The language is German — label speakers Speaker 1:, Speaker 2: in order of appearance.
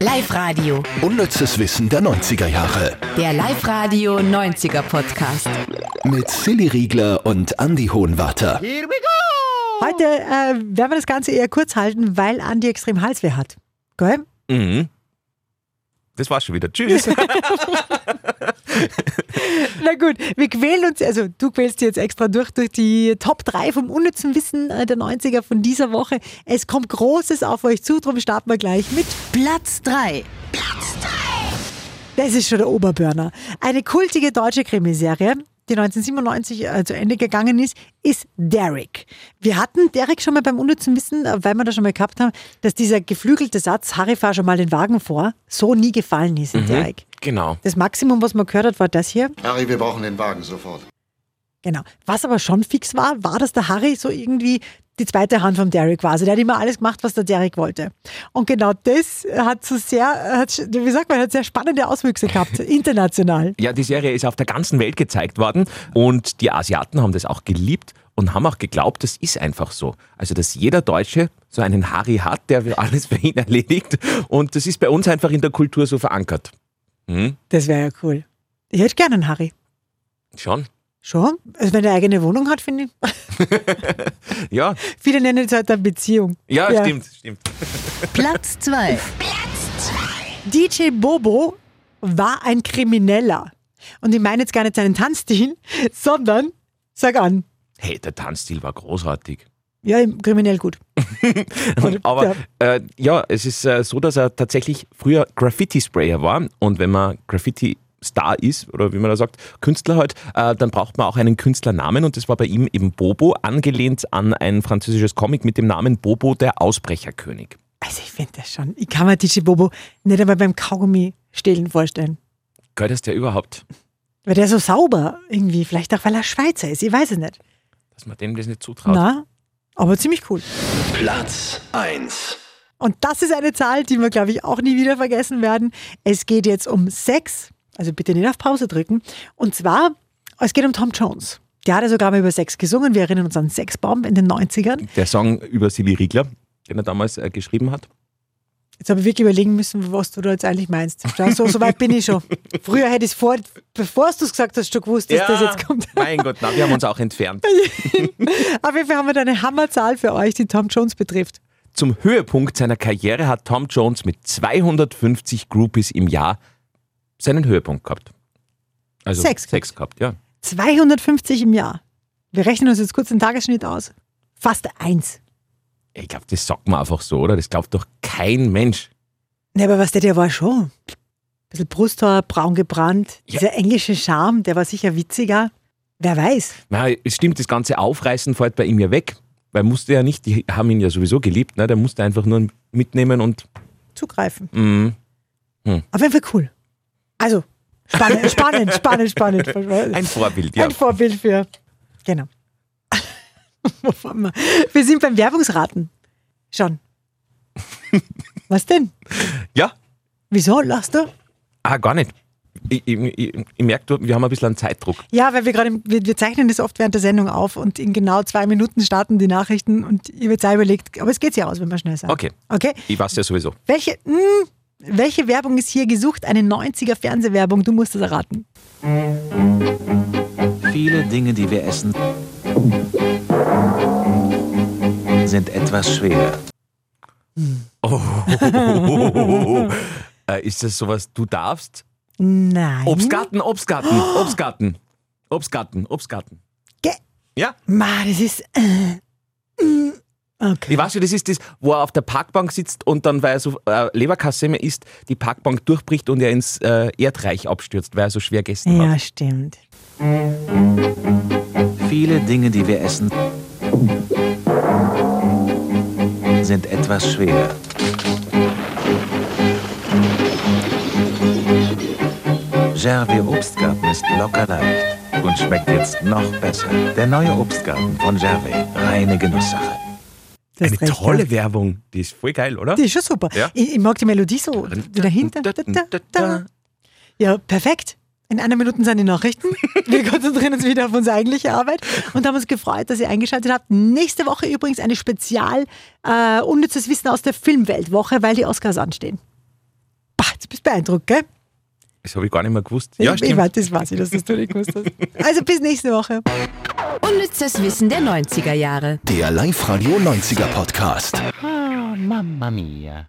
Speaker 1: Live-Radio.
Speaker 2: Unnützes Wissen der 90er Jahre.
Speaker 1: Der Live-Radio 90er Podcast.
Speaker 2: Mit Silly Riegler und Andy Hohenwarter.
Speaker 3: Heute äh, werden wir das Ganze eher kurz halten, weil Andi extrem Halsweh hat. Gell?
Speaker 4: Mhm. Das war's schon wieder. Tschüss.
Speaker 3: Na gut, wir quälen uns, also du quälst dich jetzt extra durch, durch die Top 3 vom unnützen Wissen äh, der 90er von dieser Woche. Es kommt Großes auf euch zu, drum starten wir gleich mit.
Speaker 1: Platz 3.
Speaker 3: Das ist schon der Oberburner. Eine kultige deutsche Krimiserie, die 1997 äh, zu Ende gegangen ist, ist Derek. Wir hatten Derek schon mal beim unnützen Wissen, äh, weil wir das schon mal gehabt haben, dass dieser geflügelte Satz, Harry fahr schon mal den Wagen vor, so nie gefallen ist in Derek.
Speaker 4: genau.
Speaker 3: Das Maximum, was man gehört hat, war das hier.
Speaker 5: Harry, wir brauchen den Wagen sofort.
Speaker 3: Genau. Was aber schon fix war, war, dass der Harry so irgendwie die zweite Hand vom Derek war. Also der hat immer alles gemacht, was der Derek wollte. Und genau das hat so sehr, hat, wie sagt man, hat sehr spannende Auswüchse gehabt, international.
Speaker 4: Ja, die Serie ist auf der ganzen Welt gezeigt worden und die Asiaten haben das auch geliebt und haben auch geglaubt, das ist einfach so. Also, dass jeder Deutsche so einen Harry hat, der alles für ihn erledigt und das ist bei uns einfach in der Kultur so verankert. Mhm.
Speaker 3: Das wäre ja cool. Ich hätte gerne einen Harry.
Speaker 4: Schon.
Speaker 3: Schon? Also wenn er eigene Wohnung hat, finde ich.
Speaker 4: Ja,
Speaker 3: Viele nennen es halt dann Beziehung.
Speaker 4: ja, stimmt, stimmt.
Speaker 1: Platz 2.
Speaker 3: DJ Bobo war ein Krimineller. Und ich meine jetzt gar nicht seinen Tanzstil, sondern, sag an,
Speaker 4: Hey, der Tanzstil war großartig.
Speaker 3: ja, kriminell gut.
Speaker 4: Aber ja, äh, ja es ist äh, so, dass er tatsächlich früher Graffiti-Sprayer war. Und wenn man Graffiti... Star ist oder wie man da sagt, Künstler halt, äh, dann braucht man auch einen Künstlernamen und das war bei ihm eben Bobo, angelehnt an ein französisches Comic mit dem Namen Bobo, der Ausbrecherkönig.
Speaker 3: Also ich finde das schon. Ich kann mir DJ Bobo nicht einmal beim Kaugummi stehlen vorstellen.
Speaker 4: Gehört das der überhaupt,
Speaker 3: Weil der so sauber irgendwie, vielleicht auch weil er Schweizer ist, ich weiß es nicht.
Speaker 4: dass man dem das nicht zutraut?
Speaker 3: Na, aber ziemlich cool.
Speaker 2: Platz 1.
Speaker 3: Und das ist eine Zahl, die wir, glaube ich, auch nie wieder vergessen werden. Es geht jetzt um Sex. Also bitte nicht auf Pause drücken. Und zwar, es geht um Tom Jones. Der hat ja sogar mal über Sex gesungen. Wir erinnern uns an Sexbomb in den 90ern.
Speaker 4: Der Song über Silly Riegler, den er damals äh, geschrieben hat.
Speaker 3: Jetzt habe ich wirklich überlegen müssen, was du da jetzt eigentlich meinst. Schau, So, so weit bin ich schon. Früher hätte ich es vor, bevor du es gesagt hast, schon gewusst, dass das jetzt kommt.
Speaker 4: mein Gott, na, wir haben uns auch entfernt.
Speaker 3: Auf jeden Fall haben wir da eine Hammerzahl für euch, die Tom Jones betrifft.
Speaker 4: Zum Höhepunkt seiner Karriere hat Tom Jones mit 250 Groupies im Jahr seinen Höhepunkt gehabt. Also
Speaker 3: Sex
Speaker 4: Sex gehabt, ja.
Speaker 3: 250 im Jahr. Wir rechnen uns jetzt kurz den Tagesschnitt aus. Fast eins.
Speaker 4: Ich glaube, das sagt man einfach so, oder? Das glaubt doch kein Mensch.
Speaker 3: Ne, aber was der, der war schon. Bisschen Brusthaar, braun gebrannt.
Speaker 4: Ja.
Speaker 3: Dieser englische Charme, der war sicher witziger. Wer weiß.
Speaker 4: Na, es stimmt, das ganze Aufreißen fällt bei ihm ja weg. Weil musste ja nicht, die haben ihn ja sowieso geliebt, ne? Der musste einfach nur mitnehmen und.
Speaker 3: Zugreifen.
Speaker 4: mm.
Speaker 3: Auf jeden Fall cool. Also, spannend, spannend, spannend, spannend. Ein,
Speaker 4: Ein Vorbild, ja.
Speaker 3: Vorbild für. Genau. Wo waren wir? wir sind beim Werbungsraten. Schon. Was denn?
Speaker 4: ja,
Speaker 3: Wieso? Lachst du?
Speaker 4: ah, gar nicht. Ich, ich, ich, ich merke, wir haben ein bisschen einen Zeitdruck.
Speaker 3: Ja, weil wir gerade, im- wir, wir zeichnen das oft während der Sendung auf und in genau zwei Minuten starten die Nachrichten und ihr wird selber überlegt, aber es geht ja aus, wenn man schnell sagt.
Speaker 4: Okay.
Speaker 3: Okay.
Speaker 4: Ich weiß ja sowieso.
Speaker 3: Welche, mh, welche Werbung ist hier gesucht? Eine 90er Fernsehwerbung, du musst es erraten.
Speaker 6: Viele Dinge, die wir essen, sind etwas schwer.
Speaker 4: Oh. Äh, ist das sowas, du darfst?
Speaker 3: Nein.
Speaker 4: Obstgarten,
Speaker 3: Hm?
Speaker 4: Obstgarten, Obstgarten, Obstgarten, Obstgarten.
Speaker 3: Ge-
Speaker 4: Ja,
Speaker 3: Ma, das ist. Äh, mh, okay.
Speaker 4: ich weiß schon, das ist das, wo er auf der Parkbank sitzt und dann, weil er so äh, Leberkasse mehr isst, die Parkbank durchbricht und er ins äh, Erdreich abstürzt, weil er so schwer gegessen
Speaker 3: Ja,
Speaker 4: hat.
Speaker 3: stimmt.
Speaker 6: Viele Dinge, die wir essen, sind etwas schwer. Gervais Obstgarten ist locker leicht und schmeckt jetzt noch besser. Der neue Obstgarten von Gervais, reine Genusssache.
Speaker 3: Das
Speaker 4: Eine tolle Werbung, die ist voll geil, oder?
Speaker 3: Die ist schon super.
Speaker 4: Ja.
Speaker 3: Ich, ich mag die Melodie so. Die dahinter. Da, da, da. Ja, perfekt. In einer Minute sind die Nachrichten. Wir konzentrieren uns wieder auf unsere eigentliche Arbeit und haben uns gefreut, dass ihr eingeschaltet habt. Nächste Woche übrigens eine spezial äh, unnützes Wissen aus der Filmweltwoche, weil die Oscars anstehen. beeindruckt, gell?
Speaker 4: Das habe ich gar nicht mehr gewusst. Ja,
Speaker 3: ich, ich
Speaker 4: stimmt.
Speaker 3: weiß, das weiß ich, dass das du nicht gewusst hast. Also bis nächste Woche.
Speaker 1: Unnützes Wissen der 90er Jahre.
Speaker 2: Der Live-Radio 90er Podcast.
Speaker 5: Mamma mia.